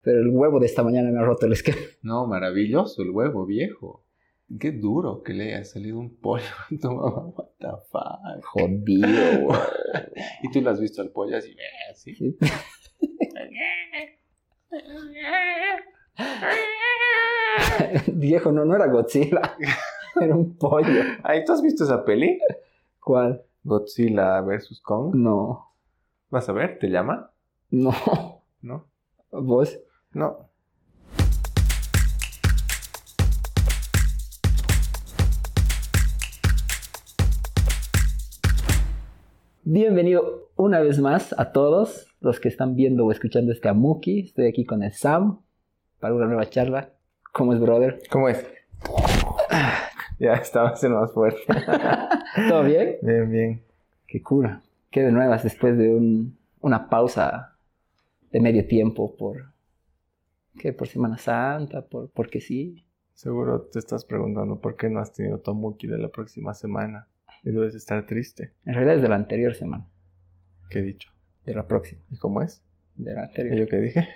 Pero el huevo de esta mañana me ha roto el esquema. No, maravilloso el huevo viejo. Qué duro que le haya salido un pollo a tu mamá. What the fuck. Jodido, güey. Y tú lo has visto al pollo así. eh, así. Sí. Viejo, no, no era Godzilla. Era un pollo. Ay, ¿tú has visto esa peli? ¿Cuál? Godzilla vs. Kong. No. Vas a ver, ¿te llama? No. ¿No? ¿Vos? No. Bienvenido una vez más a todos los que están viendo o escuchando este Amuki. Estoy aquí con el Sam para una nueva charla. ¿Cómo es, brother? ¿Cómo es? ya estaba haciendo más fuerte. ¿Todo bien? Bien, bien. Qué cura. Qué de nuevas después de un- una pausa de medio tiempo por... ¿Qué? Por Semana Santa, por, porque sí. Seguro te estás preguntando por qué no has tenido Tomoki de la próxima semana. Y debes estar triste. En realidad es de la anterior semana. ¿Qué he dicho? De la próxima. ¿Y cómo es? De la ¿Y anterior. yo qué dije?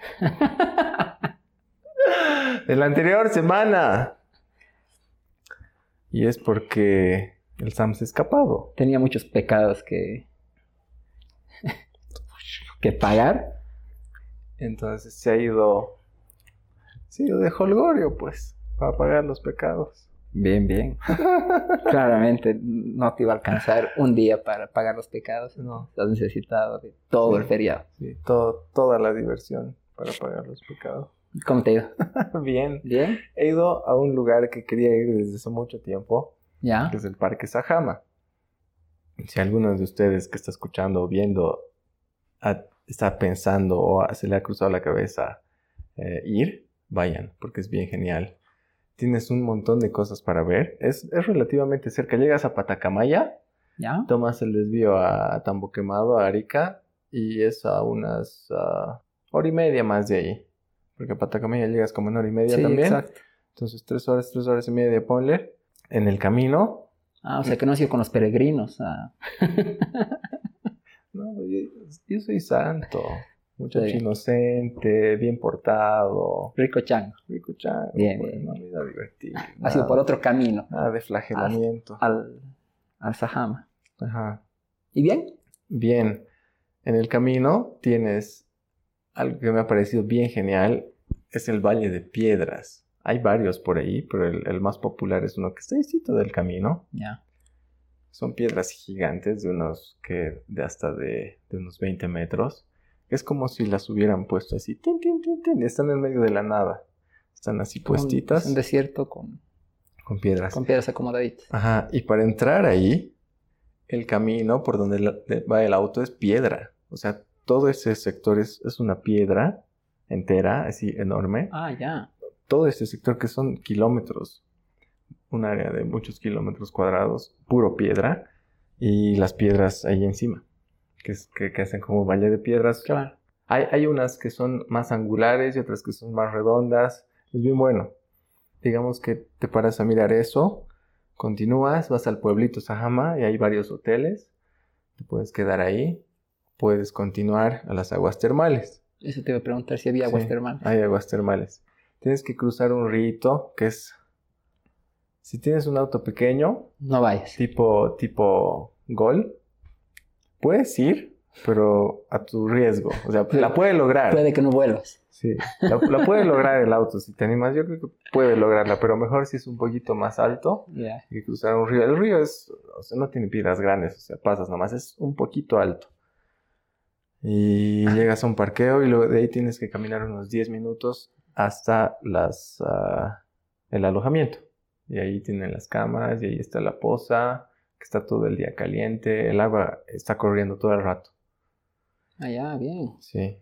de la anterior semana. Y es porque el Sam se ha escapado. Tenía muchos pecados que... que pagar. Entonces se ha ido. Se ha ido de Holgorio, pues. Para pagar los pecados. Bien, bien. Claramente no te iba a alcanzar un día para pagar los pecados. No. Estás necesitado de todo Sí. el feriado. Sí, todo, toda la diversión para pagar los pecados. ¿Cómo te ha ido? Bien. ¿Bien? He ido a un lugar que quería ir desde hace mucho tiempo. ¿Ya? que es el Parque Sajama. Si alguno de ustedes que está escuchando o viendo ha- está pensando o ha- se le ha cruzado la cabeza eh, ir, vayan, porque es bien genial. Tienes un montón de cosas para ver. Es, es relativamente cerca. Llegas a Patacamaya, ¿Ya? tomas el desvío a Tambo Quemado, a Arica, y es a unas ah, hora y media más de ahí. Porque a Patacamaya llegas como en hora y media Sí, también. exacto. Entonces, tres horas, tres horas y media, ponle. En el camino, Ah, o sea que no has ido con los peregrinos. ah. No, yo, yo soy santo. Muchacho Sí. inocente, bien portado. Rico chango. Rico chango, Bien, pues, bien, Ah, una vida divertida. Ha sido nada- por otro Ah, camino Nada de flagelamiento. al, al Sahama. Ajá. ¿Y bien? Bien. En el camino tienes algo que me ha parecido bien genial. Es el Valle de Piedras. Hay varios por ahí, pero el, el más popular es uno que está ahícito del camino. Ya. Son piedras gigantes de unos que de hasta de, de unos 20 metros. Es como si las hubieran puesto así. Tin, tin, tin, tin, y Están en medio de la nada. Están así puestitas Un, un desierto con, con piedras. con piedras acomodaditas. Ajá. Y para entrar ahí, el camino por donde la- de- va el auto es piedra. O sea, todo ese sector es, es una piedra entera, así enorme. Ah, ya. Todo ese sector que son kilómetros. Un área de muchos kilómetros cuadrados, puro piedra. y las piedras ahí encima, que, es- que, que hacen como valle de piedras. Claro. Hay, hay unas que son más angulares y otras que son más redondas. Es bien bueno. Digamos que te paras a mirar eso, continúas, vas al pueblito Sajama y hay varios hoteles. Te puedes quedar ahí, puedes continuar a las aguas termales. Eso te iba a preguntar si había aguas Sí. termales. Hay aguas termales. Tienes que cruzar un rito que es... Si tienes un auto pequeño, No vayas. tipo, tipo gol, puedes ir, pero a tu riesgo. O sea, la puede lograr. Puede que no vuelvas. Sí, la, la puede lograr el auto si te animas. Yo creo que puede lograrla, pero mejor si es un poquito más alto Ya. y cruzar un río. El río es, o sea, no tiene piedras grandes, o sea, pasas nomás, es un poquito alto. Y llegas a un parqueo y luego de ahí tienes que caminar unos 10 minutos hasta las, ah, el alojamiento. Y ahí tienen las camas y ahí está la poza, que está todo el día caliente, el agua está corriendo todo el rato. Ah, ya, bien. Sí.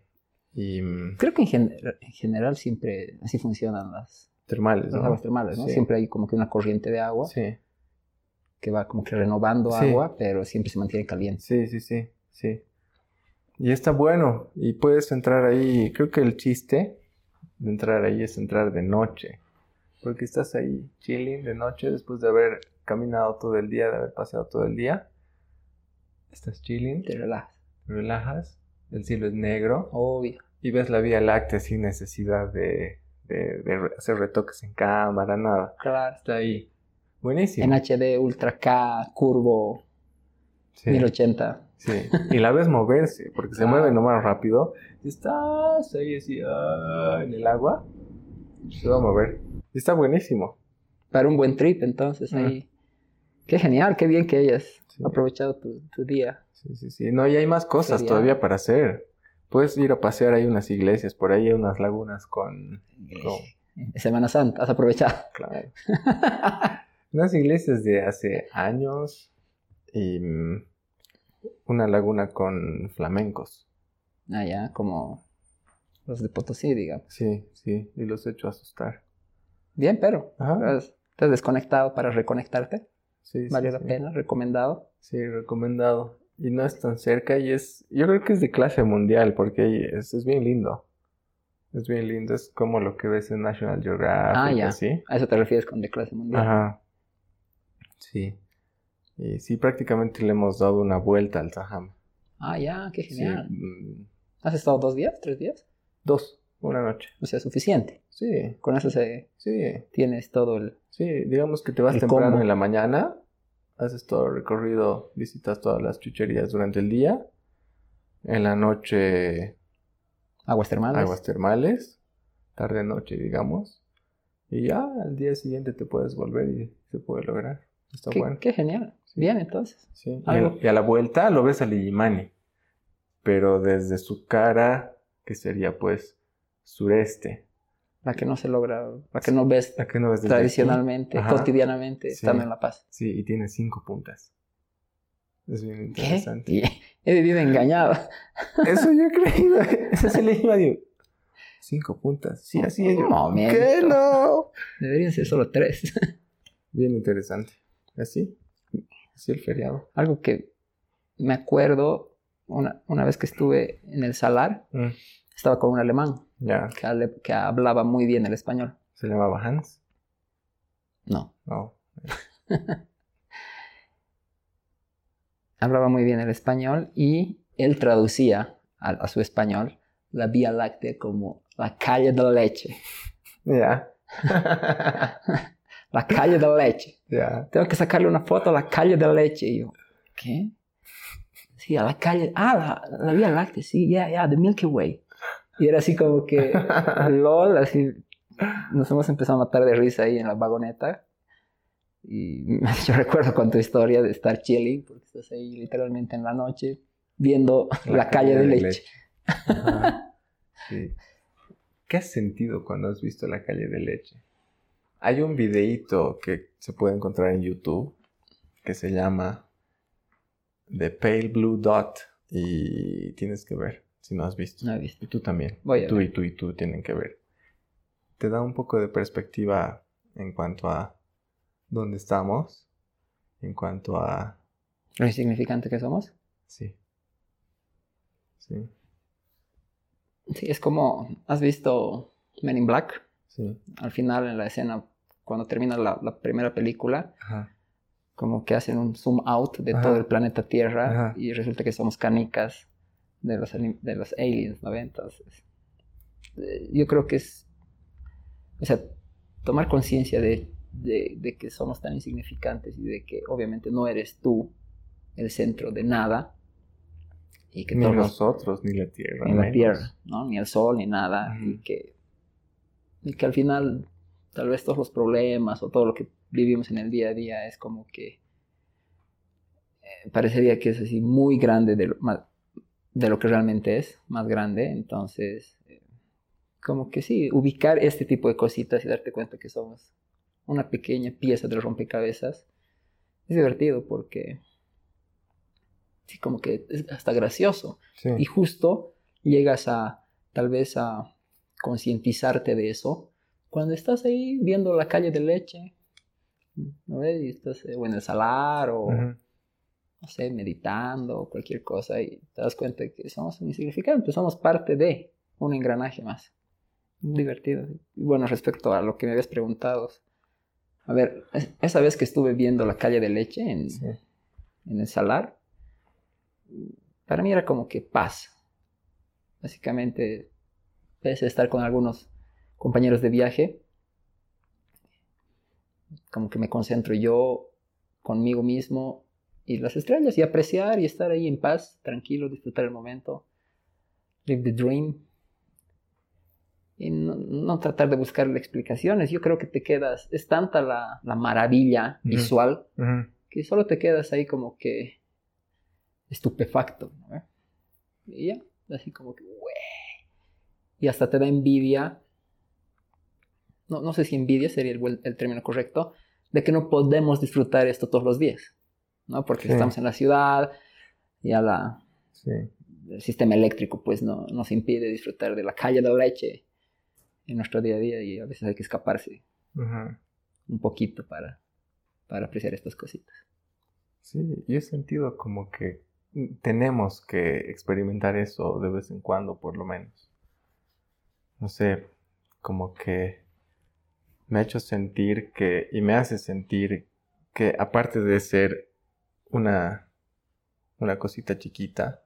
Y mm, Creo que en, gen- en general siempre así funcionan las, termales, las ¿no? aguas termales, ¿no? Sí. Siempre hay como que una corriente de agua Sí. que va como que renovando Sí. agua, pero siempre se mantiene caliente. Sí, sí, sí, sí. Y está bueno. Y puedes entrar ahí. Creo que el chiste de entrar ahí es entrar de noche. Porque estás ahí chilling de noche después de haber caminado todo el día, de haber paseado todo el día. Estás chilling, Te te relajas. relajas el cielo es negro Obvio. y ves la Vía Láctea sin necesidad de, de- de re- hacer retoques en cámara, nada. Claro. Está ahí. Buenísimo. En HD, Ultra K, Curvo, Sí, 1080. sí. Y la ves moverse, porque se Ah. mueve nomás rápido. Y estás ahí así ah, en el agua. Se va a mover. Y está buenísimo. Para un buen trip, entonces, Ah. ahí. Qué genial, qué bien que hayas Sí. aprovechado tu, tu día. Sí, sí, sí. No, y hay más cosas Sería- todavía para hacer. Puedes ir a pasear, hay unas iglesias, por ahí hay unas lagunas con... con- Semana Santa, has aprovechado. claro. unas iglesias de hace años y mm, una laguna con flamencos. Ah, ya, como los de Potosí, digamos. Sí, sí, y los he hecho asustar. Bien, pero Ajá. pues, te has desconectado para reconectarte. Sí, sí, Valió la sí. pena, recomendado. Sí, recomendado. Y no es tan cerca y es, yo creo que es de clase mundial porque ahí es, es bien lindo. Es bien lindo, es como lo que ves en National Geographic, Ah, ya. así. A eso te refieres con de clase mundial. Ajá. Sí. Y sí, prácticamente le hemos dado una vuelta al Saham. Ah, ya, qué Sí, genial. mm, ¿Has estado dos días, tres días? dos, una noche. O sea, suficiente. Sí, Con eso se sí, tienes todo el... sí. Digamos que te vas El temprano combo. en la mañana, haces todo el recorrido, visitas todas las chucherías durante el día. En la noche, Aguas termales. aguas termales, tarde-noche, digamos. Y ya al día siguiente te puedes volver y se puede lograr. Está Qué, bueno. qué genial. Bien, entonces. Sí, y, Algo. a, y a la vuelta lo ves al Illimani, pero desde su cara, que sería pues sureste. La que no se logra, la que no ves ¿A qué no ves desde tradicionalmente, Ajá. cotidianamente, Sí. estando en La Paz. aquí? Sí, y tiene cinco puntas. Es bien ¿Qué? interesante. He vivido engañado. Eso yo he creído. Ese es el Illimani. Cinco puntas. Sí, así es. Un yo. momento. ¿Qué no? Deberían ser solo tres. Bien interesante. Así. Así el feriado. algo que me acuerdo una, una vez que estuve en el Salar, estaba con un alemán Mm, Ya. que, hable- que hablaba muy bien el español. ¿Se llamaba Hans? No, No. hablaba muy bien el español y él traducía a, a su español la Vía Láctea como la calle de la leche. Ya. La calle de la leche. ya. Tengo que sacarle una foto a la calle de la leche. Y yo, ¿qué? Sí, a la calle. Ah, la, la Vía Láctea, sí, ya, ya, the Milky Way. Y era así como que LOL, así nos hemos empezado a matar de risa ahí en la vagoneta. Y yo recuerdo con tu historia de estar chilling, porque estás ahí literalmente en la noche viendo la, calle, de leche. Ajá. Sí. ¿Qué has sentido cuando has visto la calle de leche? Hay un videíto que se puede encontrar en YouTube que se llama The Pale Blue Dot y tienes que ver si no has visto. No he visto. Y tú también. Voy a tú ver. y tú y tú tienen que ver. Te da un poco de perspectiva en cuanto a dónde estamos, en cuanto a... Lo insignificante que somos. Sí. Sí, Sí, es como, ¿has visto Men in Black? sí. Al final, en la escena, cuando termina la, la primera película, Ajá. como que hacen un zoom out de Ajá. todo el planeta Tierra Ajá. y resulta que somos canicas de los, anim- de los aliens, ¿no? ve? Entonces, eh, yo creo que es, o sea, tomar conciencia de, de- de que somos tan insignificantes y de que obviamente no eres tú el centro de nada y que ni todos los- nosotros, ni la tierra. ni la menos. tierra, ¿no? ni el sol, ni nada, Ujú. y, que, y que al final tal vez todos los problemas o todo lo que vivimos en el día a día es como que eh, parecería que es así muy grande de lo, ma- de lo que realmente es, más grande, entonces eh, como que sí, ubicar este tipo de cositas y darte cuenta que somos una pequeña pieza del rompecabezas es divertido porque sí, como que es hasta gracioso Sí. y justo llegas a tal vez a concientizarte de eso cuando estás ahí viendo la calle de leche ¿no ves? Y estás eh, o en el salar o Ujú. no sé meditando o cualquier cosa y te das cuenta de que somos insignificantes somos parte de un engranaje más divertido y bueno respecto a lo que me habías preguntado a ver es- esa vez que estuve viendo la calle de leche en, Sí. en el salar, para mí era como que paz. Básicamente, pese a estar con algunos compañeros de viaje, como que me concentro yo conmigo mismo y las estrellas y apreciar y estar ahí en paz, tranquilo, disfrutar el momento. Live the dream. Y no, no tratar de buscarle explicaciones. Yo creo que te quedas, es tanta la, la maravilla Ujú. visual Ujú. que solo te quedas ahí como que estupefacto. ¿no? Y ya, así como que, güey. Y hasta te da envidia. No, no sé si envidia sería el, buen- el término correcto, de que no podemos disfrutar esto todos los días, ¿no? Porque Sí. estamos en la ciudad, ya la, Sí. el sistema eléctrico pues no, nos impide disfrutar de la calle de la leche en nuestro día a día y a veces hay que escaparse Ujú. un poquito para, para apreciar estas cositas. Sí, yo he sentido como que tenemos que experimentar eso de vez en cuando, por lo menos. No sé, como que me ha hecho sentir que, y me hace sentir que aparte de ser una, una cosita chiquita,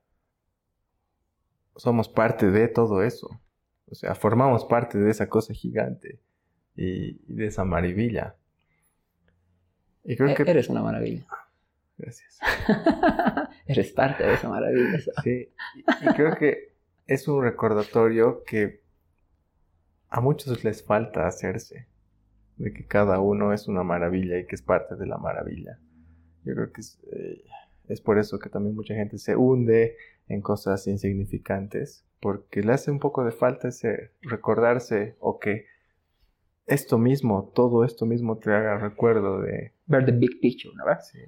somos parte de todo eso. O sea, formamos parte de esa cosa gigante y, y de esa maravilla. Y creo E- que... Eres una maravilla. Gracias. Eres parte de esa maravilla. ¿sabes? Sí, y y creo que es un recordatorio que a muchos les falta hacerse, de que cada uno es una maravilla y que es parte de la maravilla. Yo creo que es, eh, es por eso que también mucha gente se hunde en cosas insignificantes, porque le hace un poco de falta ese recordarse o que esto mismo, todo esto mismo te haga recuerdo de, Ver the big picture, ¿no ves? Sí,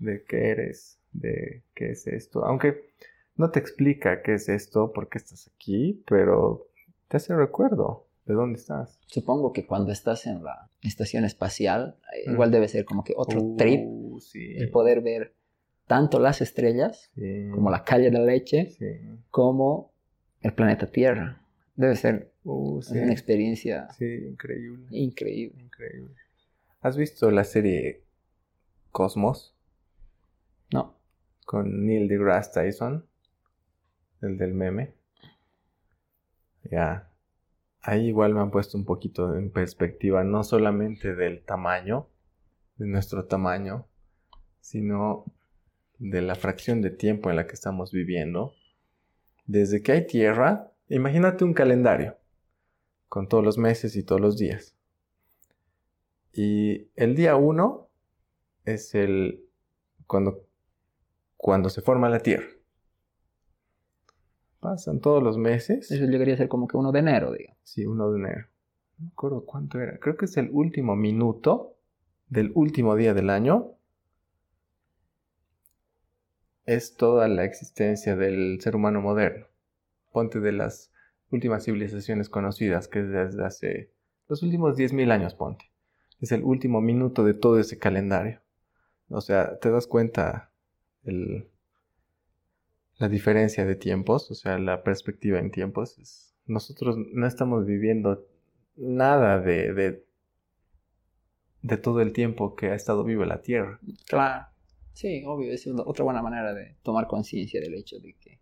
de qué eres, de qué es esto. Aunque no te explica qué es esto, por qué estás aquí, pero te hace recuerdo de dónde estás. Supongo que cuando estás en la estación espacial, eh, Mm. igual debe ser como que otro Uh, trip Sí. el poder ver tanto las estrellas Sí, como la calle de la leche, Sí. como el planeta Tierra. Debe ser Uh, sí. una experiencia Sí, increíble. increíble. Increíble. ¿Has visto la serie Cosmos No, con Neil deGrasse Tyson? El del meme. Ya. Ahí igual me han puesto un poquito en perspectiva, no solamente del tamaño, de nuestro tamaño, sino de la fracción de tiempo en la que estamos viviendo. Desde que hay tierra, imagínate un calendario con todos los meses y todos los días. Y el día 1 es el cuando, cuando se forma la tierra. Pasan todos los meses. eso llegaría a ser como que uno de enero, digo. Sí, 1 de enero. No me acuerdo cuánto era. Creo que es el último minuto del último día del año. Es toda la existencia del ser humano moderno. Ponte de las últimas civilizaciones conocidas, que es desde hace los últimos 10.000 años, ponte. Es el último minuto de todo ese calendario. O sea, te das cuenta el, la diferencia de tiempos, o sea, la perspectiva en tiempos. es- nosotros no estamos viviendo nada de, de, de todo el tiempo que ha estado viva la Tierra. Claro. Sí, obvio, es una- otra buena manera de tomar conciencia del hecho de que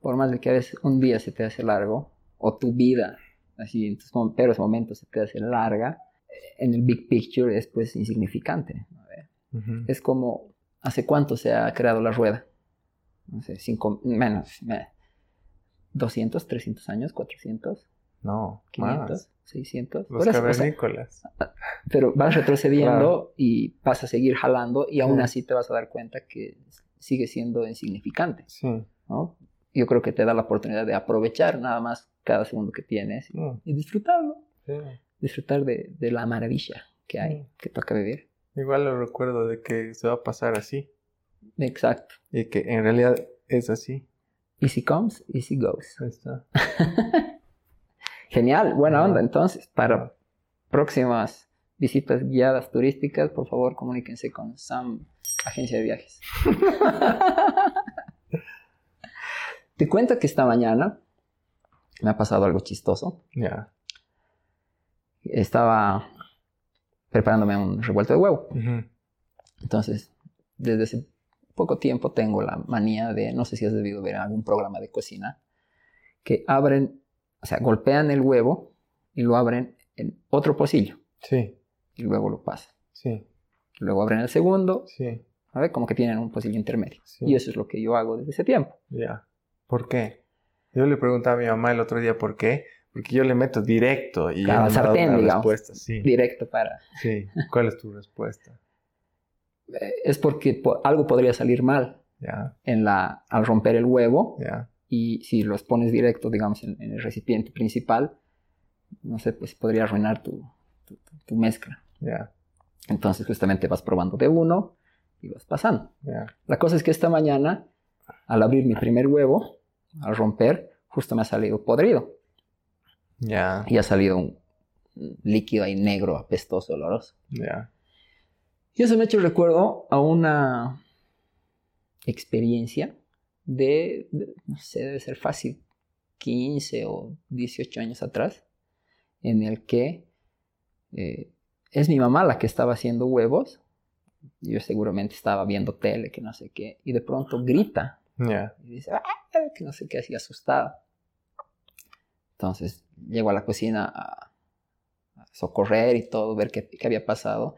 por más de que a veces un día se te hace largo, o tu vida, así en tus mom- peores momentos se te hace larga, eh, en el big picture es pues insignificante. A ver, Es como, ¿hace cuánto se ha creado la rueda? No sé, cinco, menos, me- 200, 300 años, 400, No, 500, más. 600. Por Los eso, o sea, Ah. cavernícolas. pero vas retrocediendo Claro. y vas a seguir jalando y aún Sí. así te vas a dar cuenta que sigue siendo insignificante, Sí. ¿no? Yo creo que te da la oportunidad de aprovechar nada más cada segundo que tienes mm, y disfrutarlo, sí. disfrutar de, de la maravilla que hay, Sí. que toca vivir. Igual lo recuerdo de que se va a pasar así. Exacto. Y que en realidad es así. Easy comes, easy goes. Ahí está. Genial, buena Ajá. onda. Entonces, para Ajá. próximas visitas guiadas turísticas, por favor, comuníquense con Sam, agencia de viajes. Te cuento que esta mañana me ha pasado algo chistoso. Ya. Estaba preparándome un revuelto de huevo. Ujú. Entonces, desde hace poco tiempo tengo la manía de, no sé si has debido ver algún programa de cocina, que abren, o sea, golpean el huevo y lo abren en otro pocillo Sí, y luego lo pasan. sí, Luego abren el segundo, sí, a ver, como que tienen un pocillo intermedio. Sí. Y eso es lo que yo hago desde ese tiempo. ya. ¿Por qué? Yo le preguntaba a mi mamá el otro día por qué. Porque yo le meto directo Claro, y ella me ha dado sartén, una digamos. respuesta. Sí, Directo para... sí. ¿Cuál es tu respuesta? eh, Es porque po- algo podría salir mal Ya, en la, al romper el huevo ya. y si los pones directo, digamos, en, en el recipiente principal, no sé, pues podría arruinar tu, tu- tu- tu mezcla. Ya, Entonces justamente vas probando de uno y vas pasando. ya, La cosa es que esta mañana, al abrir mi primer huevo, al romper, justo me ha salido podrido. ya, Y ha salido un un líquido ahí negro, apestoso, oloroso. ya, Y eso me ha hecho recuerdo a una experiencia de, de- no sé, debe ser fácil, 15 o 18 años atrás, en el que eh, es mi mamá la que estaba haciendo huevos. Yo seguramente estaba viendo tele, que no sé qué, y de pronto grita ya, y dice, "Ah", que no sé qué, así asustada. Entonces llego a la cocina a, a socorrer y todo, ver qué, qué había pasado.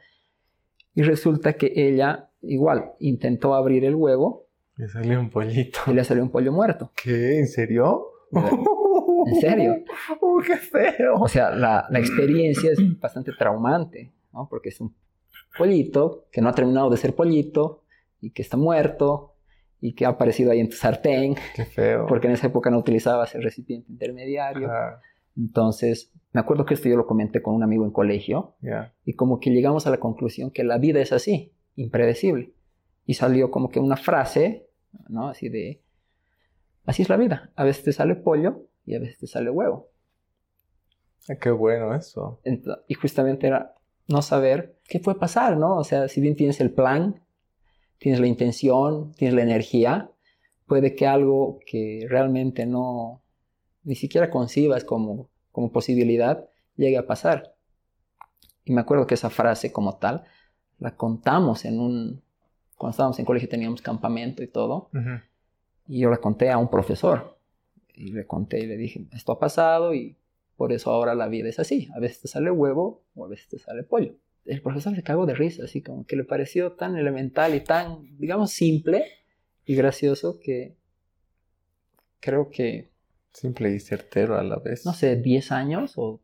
Y resulta que ella igual intentó abrir el huevo Me salió un pollito. y le salió un pollo muerto. ¿Qué? ¿En serio? ¿En serio? Uh, ¡Qué feo! O sea, la, la experiencia es bastante traumante, ¿no? Porque es un pollito que no ha terminado de ser pollito y que está muerto y que ha aparecido ahí en tu sartén, ¡Qué feo! porque en esa época no utilizabas el recipiente intermediario. Ah, Entonces, me acuerdo que esto yo lo comenté con un amigo en colegio ya, y como que llegamos a la conclusión que la vida es así, impredecible. Y salió como que una frase, ¿no? Así de, así es la vida. A veces te sale pollo y a veces te sale huevo. Ah, qué bueno eso. Ento- y justamente era no saber qué puede pasar, ¿no? O sea, si bien tienes el plan, tienes la intención, tienes la energía, puede que algo que realmente no, ni siquiera concibas como, como posibilidad, llegue a pasar. Y me acuerdo que esa frase como tal, la contamos en un, cuando estábamos en colegio teníamos campamento y todo, Ujú. y yo la conté a un profesor. Y le conté y le dije, esto ha pasado y por eso ahora la vida es así. A veces te sale huevo o a veces te sale pollo. El profesor se cagó de risa, así como que le pareció tan elemental y tan, digamos, simple y gracioso que creo que, Simple y certero a la vez. no sé, 10 años o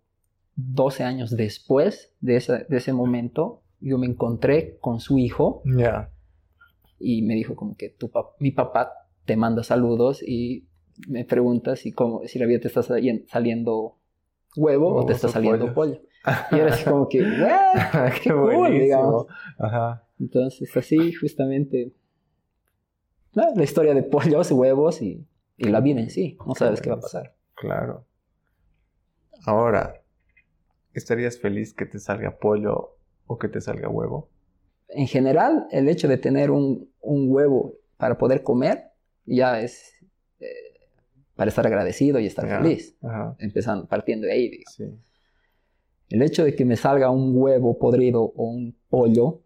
12 años después de, esa- de ese momento, yo me encontré con su hijo Ya, y me dijo como que tu pap- mi papá te manda saludos y me pregunta si, como, si la vida te está salien- saliendo huevo o Huevos te está o saliendo pollos. pollo. Y era así como que, "What?". qué cool, buenísimo. digamos. Ajá. Entonces así justamente ¿no? la historia de pollos, huevos y, y la vida en sí. No Qué sabes qué va a buenísimo. pasar. Claro. Ahora, ¿estarías feliz que te salga pollo o que te salga huevo? En general, el hecho de tener un, un huevo para poder comer ya es eh, para estar agradecido y estar Ya. feliz. Ajá. Empezando, partiendo de ahí, digamos. Sí. El hecho de que me salga un huevo podrido o un pollo,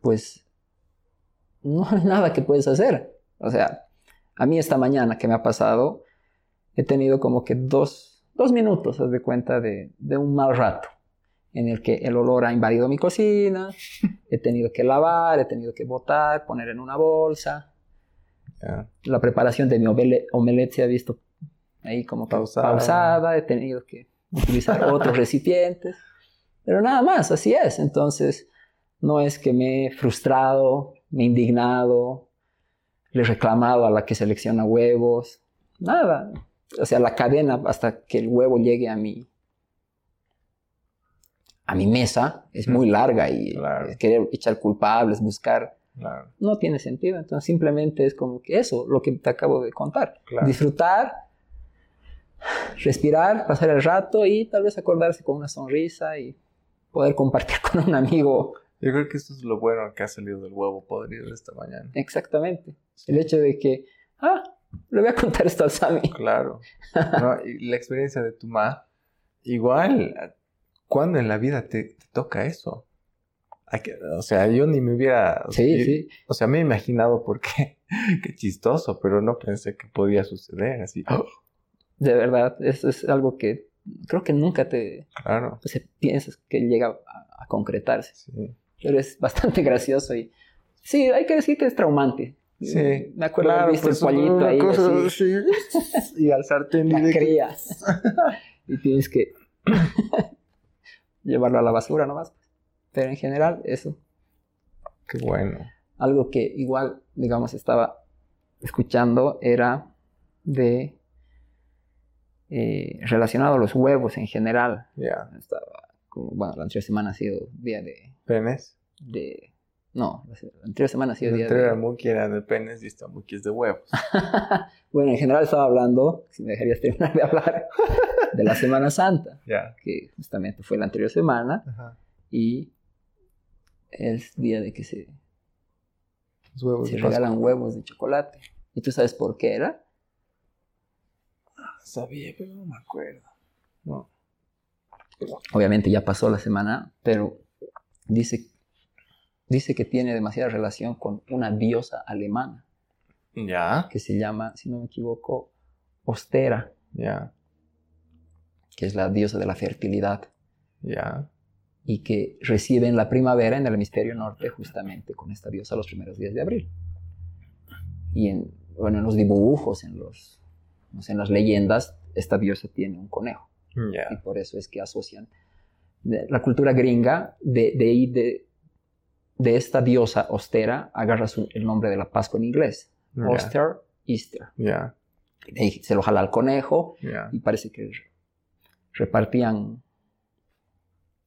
pues no hay nada que puedes hacer. O sea, a mí esta mañana que me ha pasado, he tenido como que dos, dos minutos, haz de cuenta, de, de un mal rato, en el que el olor ha invadido mi cocina, he tenido que lavar, he tenido que botar, poner en una bolsa. Ya. La preparación de mi omele- omelette se ha visto ahí como que Pausada. pausada, he tenido que utilizar otros recipientes. Pero nada más, así es. Entonces, no es que me he frustrado, me he indignado, le he reclamado a la que selecciona huevos, nada. O sea, la cadena hasta que el huevo llegue a mi, a mi mesa es muy larga y Claro. querer echar culpables, buscar, Claro. no tiene sentido. Entonces, simplemente es como que eso, lo que te acabo de contar Claro. disfrutar, respirar, pasar el rato y tal vez acordarse con una sonrisa y poder compartir con un amigo. Yo creo que esto es lo bueno que ha salido del huevo podrido esta mañana. Exactamente. El hecho de que, ah, le voy a contar esto al Sammy. Claro. No, y la experiencia de tu ma, igual, ¿cuándo en la vida te, te toca eso? Hay que- o sea, yo ni me hubiera... o sea, Sí, yo- sí. O sea, me he imaginado por qué, qué chistoso, pero no pensé que podía suceder así. ¡oh! De verdad, eso es algo que creo que nunca te Claro. o sea, piensas que llega a, a concretarse. Sí. Pero es bastante gracioso y sí, hay que decir que es traumante. Sí. Me acuerdo haber visto pues, el pollito ahí. así, Y al sartén la cría. y tienes que llevarlo a la basura nomás. Pero en general, eso. Qué bueno. algo que igual, digamos, estaba escuchando era de eh, relacionado a los huevos en general. Ya. Estaba como, bueno, la anterior semana ha sido día de, Penes. de- no, la anterior semana ha sido el día anterior a de, Muki era de penes y esta Muki es de huevos. bueno, en general estaba hablando, si me dejarías terminar de hablar, de la Semana Santa, Ya. que justamente fue la anterior semana Ajá. y es día de que se, Los huevos se de Pascua. regalan huevos de chocolate. ¿Y tú sabes por qué era? Sabía, pero no me acuerdo. No. obviamente ya pasó la semana, pero dice, dice que tiene demasiada relación con una diosa alemana Ya. que se llama, si no me equivoco, Ostera, Ya. que es la diosa de la fertilidad Ya. y que recibe en la primavera en el hemisferio norte justamente con esta diosa los primeros días de abril. Y en, bueno, en los dibujos, en, los, no sé, en las leyendas, esta diosa tiene un conejo. y Ya. por eso es que asocian de- la cultura gringa de, de, ahí de, de esta diosa austera agarra su- el nombre de la Pascua en inglés, Ya. Oster, Easter. Ya. Y de ahí se lo jala al conejo Ya. y parece que re- repartían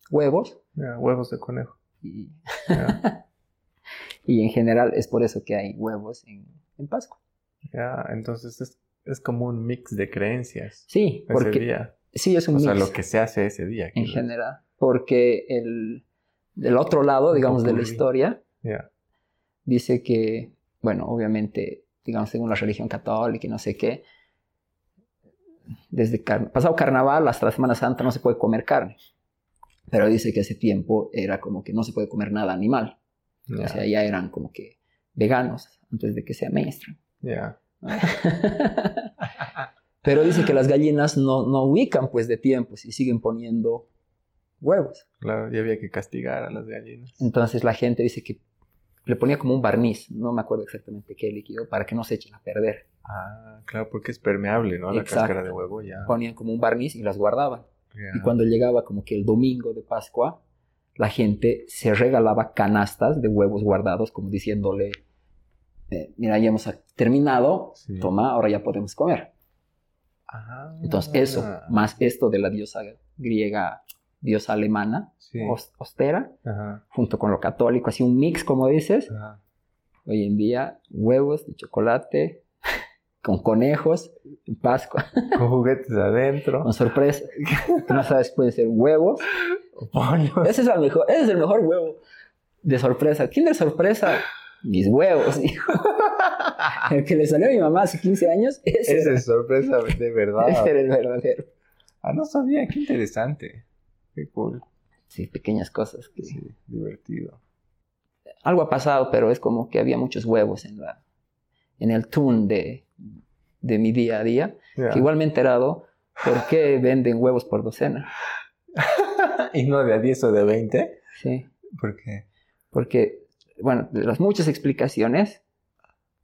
huevos Ya. Huevos de conejo. y, Ya. y en general es por eso que hay huevos en, en Pascua. ya. Entonces es, es como un mix de creencias. Sí, Ese porque día. sí es un O sea, mix lo que se hace ese día. en quiero decir. general, porque el, del otro lado, Un digamos, de la popurrí. historia, Ya. dice que, bueno, obviamente, digamos, según la religión católica y no sé qué, desde car- pasado carnaval hasta la Semana Santa no se puede comer carne. Pero dice que ese tiempo era como que no se puede comer nada animal. Ya. O sea, ya eran como que veganos antes de que sea mainstream. ya. Pero dice que las gallinas no, no ubican pues de tiempos y siguen poniendo huevos. Claro, y había que castigar a las gallinas. Entonces la gente dice que le ponía como un barniz, no me acuerdo exactamente qué líquido, para que no se echen a perder. Ah, claro, porque es permeable, ¿no? La Exacto. cáscara de huevo ya. ponían como un barniz y las guardaban. ya. Y cuando llegaba como que el domingo de Pascua, la gente se regalaba canastas de huevos guardados, como diciéndole, eh, mira, ya hemos ac- terminado, Sí. toma, ahora ya podemos comer. Ah, Entonces eso, más esto de la diosa griega, diosa alemana, Sí. os- ostera, Ajá, junto con lo católico, así un mix, como dices. ajá. Hoy en día, huevos de chocolate, con conejos, en Pascua, Con juguetes adentro. con sorpresa. Tú no sabes, puede ser huevos, Pollo. Ese es, la mejor, ese es el mejor huevo de sorpresa. ¿Quién de sorpresa? Mis huevos, hijo. El que le salió a mi mamá hace 15 años, ese, Esa es sorpresa de era- ese verdad. era el verdadero. Ah, no sabía, qué interesante. Qué cool. Sí, pequeñas cosas. que- Sí, divertido. Algo ha pasado, pero es como que había muchos huevos en, la, en el tune de, de mi día a día. Ya. Que igual me he enterado por qué venden huevos por docena. y no de a 10 o de 20. Sí, Porque. porque, bueno, de las muchas explicaciones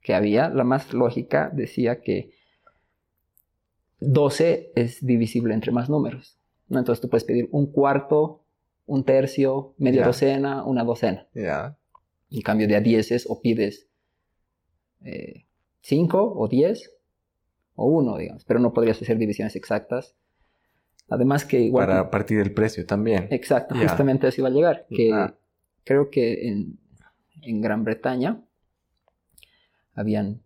que había, la más lógica decía que 12 es divisible entre más números. ¿no? Entonces tú puedes pedir un cuarto, un tercio, media Ya. docena, una docena. Ya. En cambio de a 10 es o pides 5 o 10 o 1, digamos, pero no podrías hacer divisiones exactas. Además que igual... Para partir el precio también. Exacto, Ya. justamente así va a llegar. Que Ah. creo que en, en Gran Bretaña habían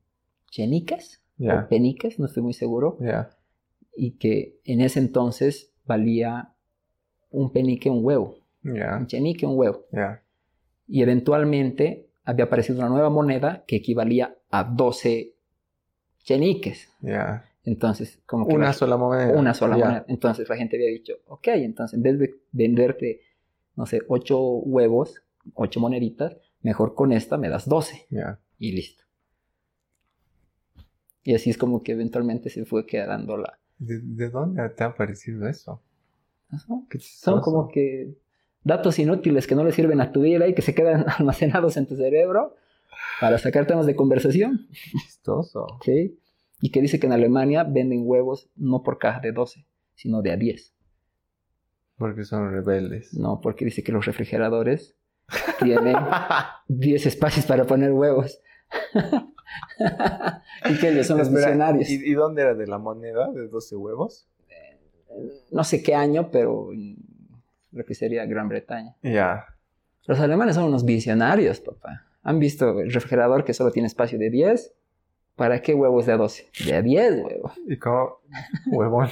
chenicas Ya. o penicas, no estoy muy seguro, Ya. y que en ese entonces valía un penique un huevo, Ya. un chenique un huevo. Ya. Y eventualmente había aparecido una nueva moneda que equivalía a 12 cheniques. Ya. Entonces, como que Una la- sola moneda. una sola Ya. moneda. Entonces la gente había dicho, ok, entonces en vez de venderte, no sé, ocho huevos, ocho moneditas, mejor con esta me das 12 Ya. y listo. Y así es como que eventualmente se fue quedando la, ¿De, de dónde te ha aparecido eso? Ajá, que son Pues, como que datos inútiles que no le sirven a tu vida y que se quedan almacenados en tu cerebro para sacar temas de conversación. Chistoso. ¿sí? Y que dice que en Alemania venden huevos no por caja de 12, sino de a 10. Porque son rebeldes. No, porque dice que los refrigeradores tienen 10 espacios para poner huevos. y que ellos son los Espera, visionarios. ¿Y, y dónde era? ¿De la moneda? ¿De 12 huevos? No sé qué año, pero mm, lo que sería Gran Bretaña. Ya. Los alemanes son unos visionarios, papá. Han visto el refrigerador que solo tiene espacio de 10. ¿Para qué huevos de a 12? De a 10 huevos. ¿Y cómo? Huevón.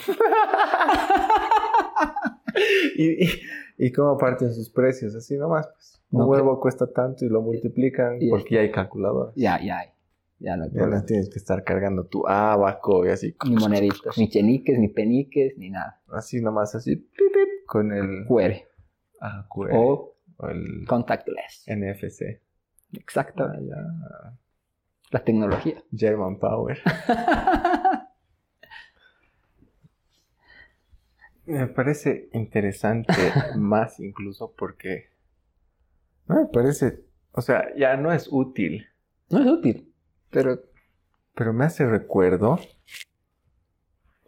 ¿Y, y, y cómo parten sus precios? Así nomás, pues. Un No, huevo cuesta tanto y lo multiplican Y- y- porque ya hay calculadora. Ya, ya, hay. ya no hay Ya problema. no tienes que estar cargando tu abaco y así. Ni moneditas, ni cheniques, ni peniques, ni nada. Así nomás, así. pip, pip, con el QR ah, QR, o, o el contactless. NFC. Exacto. Ah, ya. La tecnología. German Power. Me parece interesante más incluso porque no me parece, o sea, ya no es útil, No es útil, pero pero me hace recuerdo,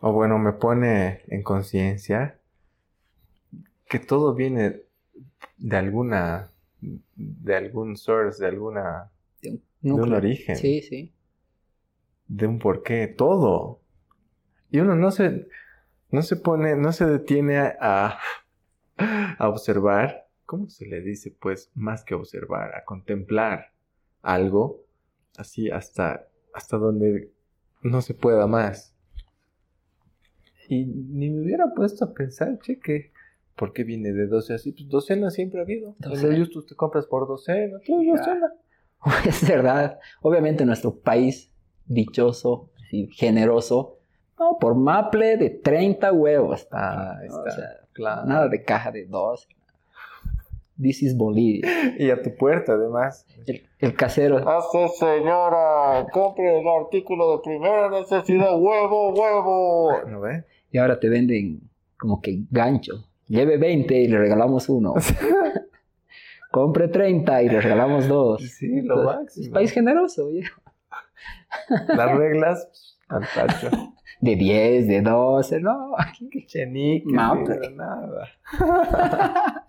o bueno, me pone en conciencia que todo viene de alguna, de algún source, de alguna, de un, de un núcleo. origen. Sí, sí. de un porqué, todo. Y uno no se, no se pone, no se detiene a, a observar, ¿cómo se le dice? Pues más que observar, a contemplar algo así hasta, hasta donde no se pueda más. Y ni me hubiera puesto a pensar, che, que, ¿por qué viene de docena? Así, pues docena siempre ha habido. En Docena. el Justus te compras por docena, tú Ya. docena. Es verdad. Obviamente nuestro país dichoso, sí, generoso, no, por maple de 30 huevos. Ah, ahí ¿no? O está. sea, Claro. nada de caja de dos. This is Bolivia. Y a tu puerta, además. El, el casero. Hace señora, compre el artículo de primera necesidad, huevo, huevo. ¿No ve? Y ahora te venden como que gancho. Lleve 20 y le regalamos uno. Compre 30 y le regalamos dos. Sí, Entonces, lo Es máximo. país generoso, viejo. Las reglas pss, al tacho. De 10, de 12, no. Qué Chenique, Maple. sí, de nada.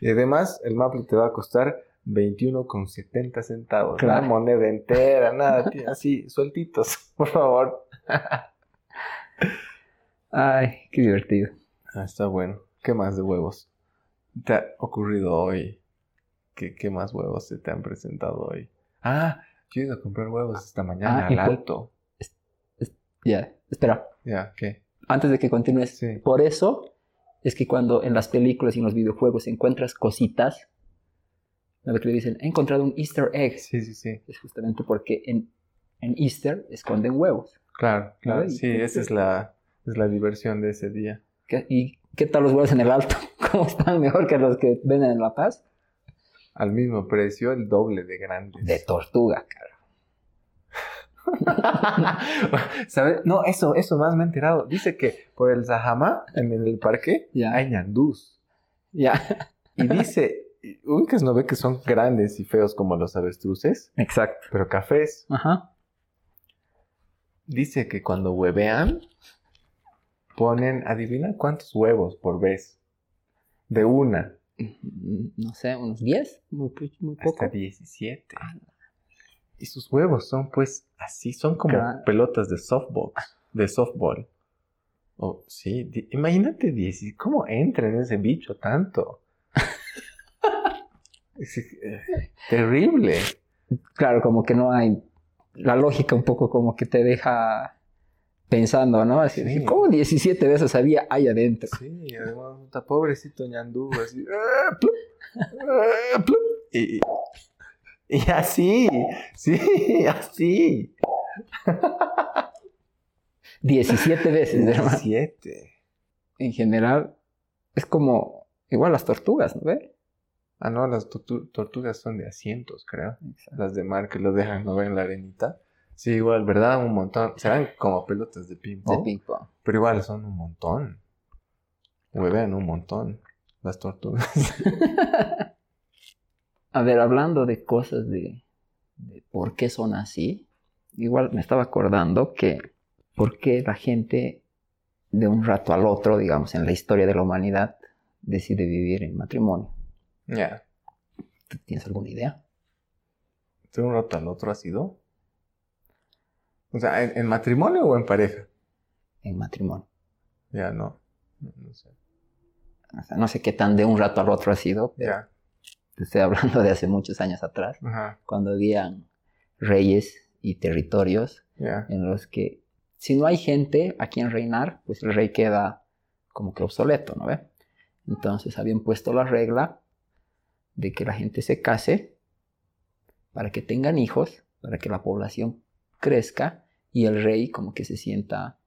y además, el maple te va a costar 21,70 centavos. Claro. La moneda entera, nada, tío, así, sueltitos, por favor. Ay, qué divertido. Ah, está bueno. ¿Qué más de huevos? ¿Te ha ocurrido hoy? ¿Qué, qué más huevos se te han presentado hoy? Ah, yo he ido a comprar huevos esta mañana Ah, y al po- alto. Ya, espera. Ya, ¿qué? Antes de que continúes. Sí. Por eso es que cuando en las películas y en los videojuegos encuentras cositas, a lo que le dicen, he encontrado un Easter egg. Sí, sí, sí. Es justamente porque en, en Easter esconden huevos. Claro, claro. Ay, Sí, esa es la, es la diversión de ese día. ¿Qué- ¿Y qué tal los huevos en el alto? ¿Cómo están mejor que los que venden en La Paz? Al mismo precio, el doble de grandes. De tortuga, cara. ¿Sabes? No, eso, eso más me he enterado. Dice que por el Zahama, en el parque, Ya. hay ñandús. Ya. Y dice, y ubicas no ve que son grandes y feos como los avestruces, Exacto. pero cafés. Ajá. Dice que cuando huevean, ponen, adivina cuántos huevos por vez. De una Mm, No sé, unos 10, muy, pu- muy poco. hasta 17. Y sus huevos son pues así, son como Claro. pelotas de softball, de softball. Oh, sí, di- imagínate 10, ¿cómo entra en ese bicho tanto? Es, eh, terrible. Claro, como que no hay. La lógica un poco como que te deja pensando, ¿no? Así, Sí. ¿Cómo 17 veces había ahí adentro? Sí, además, puta, pobrecito ñandú, así. ah, plup, ah, plup, y, y- y así, sí, así. 17 veces, hermano. 17. En general, es como. Igual las tortugas, ¿no ves? Ah, no, las tortu- tortugas son de asientos, creo. Exacto. Las de mar que lo dejan, ¿no ven la arenita? Sí, igual, ¿verdad? Un montón. Serán como pelotas de ping de pong. ping pong. Pero igual son un montón. Huevean un montón. Las tortugas. A ver, hablando de cosas de, de por qué son así, igual me estaba acordando que por qué la gente de un rato al otro, digamos, en la historia de la humanidad, decide vivir en matrimonio. Ya. ¿Tú tienes alguna idea? ¿De un rato al otro ha sido? O sea, ¿en, en matrimonio o en pareja? En matrimonio. Ya, no. No sé. O sea, no sé qué tan de un rato al otro ha sido, pero Ya. te estoy hablando de hace muchos años atrás, Ajá. cuando habían reyes y territorios Ya. en los que si no hay gente a quien reinar, pues el rey queda como que obsoleto, ¿no ve? Entonces habían puesto la regla de que la gente se case para que tengan hijos, para que la población crezca y el rey como que se sienta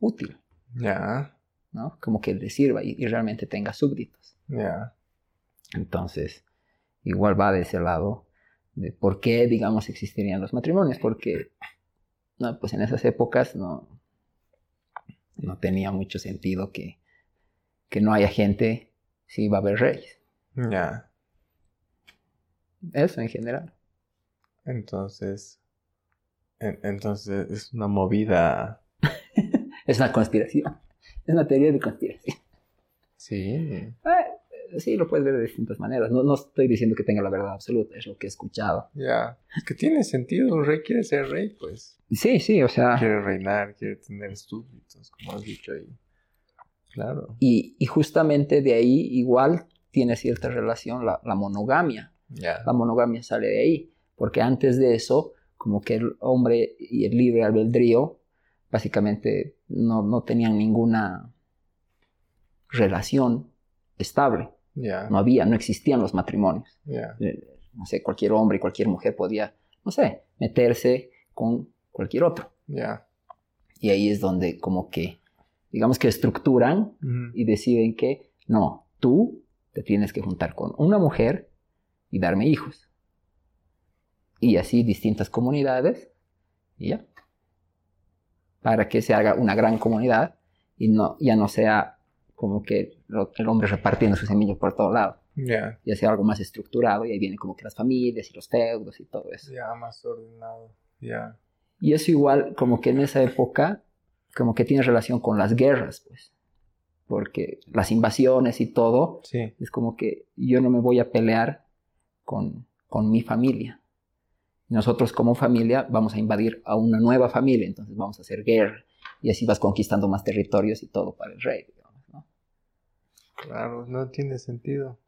útil, Ya. ¿no? Como que le sirva y, y realmente tenga súbditos. Ya. Entonces, igual va de ese lado de por qué, digamos, existirían los matrimonios, porque, no, pues en esas épocas no, no tenía mucho sentido que, que no haya gente si iba a haber reyes. Ya. Eso en general. Entonces. en- entonces es una movida. Es una conspiración. Es una teoría de conspiración. Sí. Eh, Sí, lo puedes ver de distintas maneras. No, no estoy diciendo que tenga la verdad absoluta, es lo que he escuchado. Ya. Es que tiene sentido. Un rey quiere ser rey, pues. Sí, sí, o sea... Quiere reinar, quiere tener súbditos, como has dicho ahí. Claro. Y, y justamente de ahí igual tiene cierta relación la, la monogamia. Ya. La monogamia sale de ahí, porque antes de eso, como que el hombre y el libre albedrío básicamente no, no tenían ninguna relación estable. Ya. No había, no existían los matrimonios. Ya. Eh, No sé, cualquier hombre y cualquier mujer podía, no sé, meterse con cualquier otro. Ya. Y ahí es donde como que, digamos que estructuran Ujú. y deciden que no, tú te tienes que juntar con una mujer y darme hijos. Y así distintas comunidades, y ya. Para que se haga una gran comunidad y no, ya no sea como que lo- el hombre repartiendo sus semillas por todos lados, Ya. ya sea algo más estructurado y ahí vienen como que las familias y los feudos y todo eso. Ya, más ordenado. Ya. Y eso igual, como que en esa época, como que tiene relación con las guerras, pues. Porque las invasiones y todo, Sí. es como que yo no me voy a pelear con, con mi familia. Nosotros como familia vamos a invadir a una nueva familia, entonces vamos a hacer guerra. Y así vas conquistando más territorios y todo para el rey. digamos, ¿no? Claro, no tiene sentido.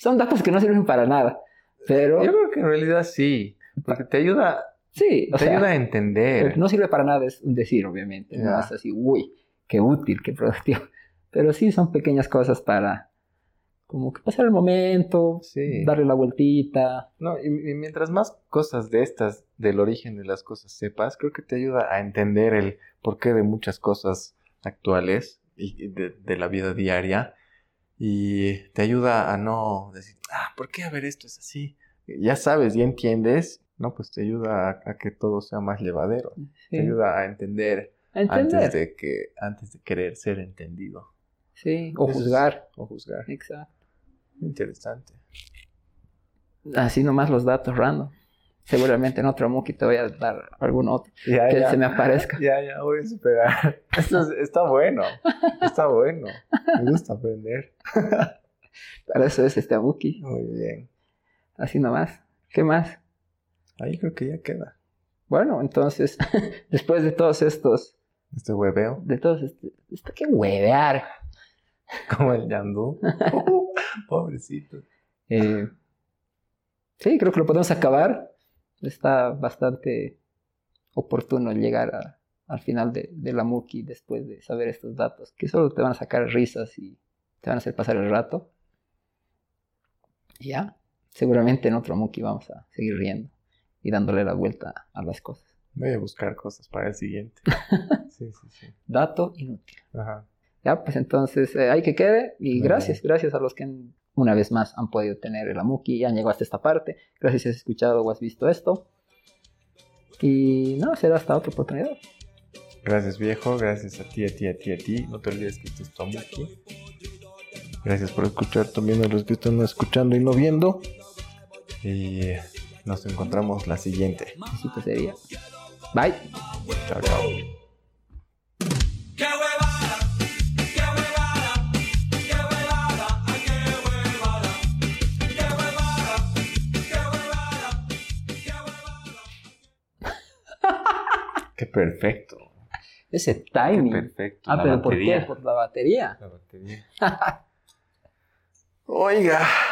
Son datos que no sirven para nada, pero Yo creo que en realidad sí, porque te ayuda, sí, o te sea, ayuda a entender. no sirve para nada es un decir, obviamente. No Ya. es así, uy, qué útil, qué productivo. Pero sí son pequeñas cosas para como que pasar el momento, Sí. darle la vueltita, No, y, y mientras más cosas de estas, del origen de las cosas sepas, creo que te ayuda a entender el porqué de muchas cosas actuales y y de, de la vida diaria. Y te ayuda a no decir, ah, ¿por qué a ver esto es así? Ya sabes, ya entiendes. No, pues te ayuda a, a que todo sea más llevadero. sí, Te ayuda a entender a entender, antes de que antes de querer ser entendido sí, o Eso es- juzgar. o juzgar. Exacto. Interesante. Así nomás los datos random. Seguramente en otro Muki te voy a dar algún otro Ya, que Ah, ya. se me aparezca. Ya, ya, voy a esperar. Esto es- está bueno. Está bueno. Me gusta aprender. Para eso es este Muki. Muy bien. Así nomás. ¿Qué más? Ahí creo que ya queda. Bueno, entonces, después de todos estos, Este hueveo, de todos este, esto que huevear. como el yandú. Pobrecito. eh, sí, creo que lo podemos acabar. Está bastante oportuno llegar a- al final de, de la Muki después de saber estos datos, que solo te van a sacar risas y te van a hacer pasar el rato. Y Ya, seguramente en otro Muki vamos a seguir riendo y dándole la vuelta a las cosas. Voy a buscar cosas para el siguiente. Sí, sí, sí. Dato inútil. Ajá. Ya, pues entonces eh, ahí que quede. Y Muy gracias, gracias a los que han- una vez más han podido tener el Amuki y han llegado hasta esta parte. Gracias si has escuchado o has visto esto. Y no, será hasta otra oportunidad. Gracias, viejo. Gracias a ti, a ti, a ti, a ti. No te olvides que esto es Tomuki. Gracias por escuchar también a los que están escuchando y no viendo. Y nos encontramos la siguiente. Así que sería. Bye. Chao, chao. ¡Qué huevada! ¡Qué huevada! ¡Qué huevada! ¡Ay, qué huevada! ¡Qué huevada! ¡Qué huevada! ¡Qué huevada! Qué perfecto. Ese Qué timing. perfecto. Ah, La pero ¿por batería. qué? Por la batería. La batería. Oiga.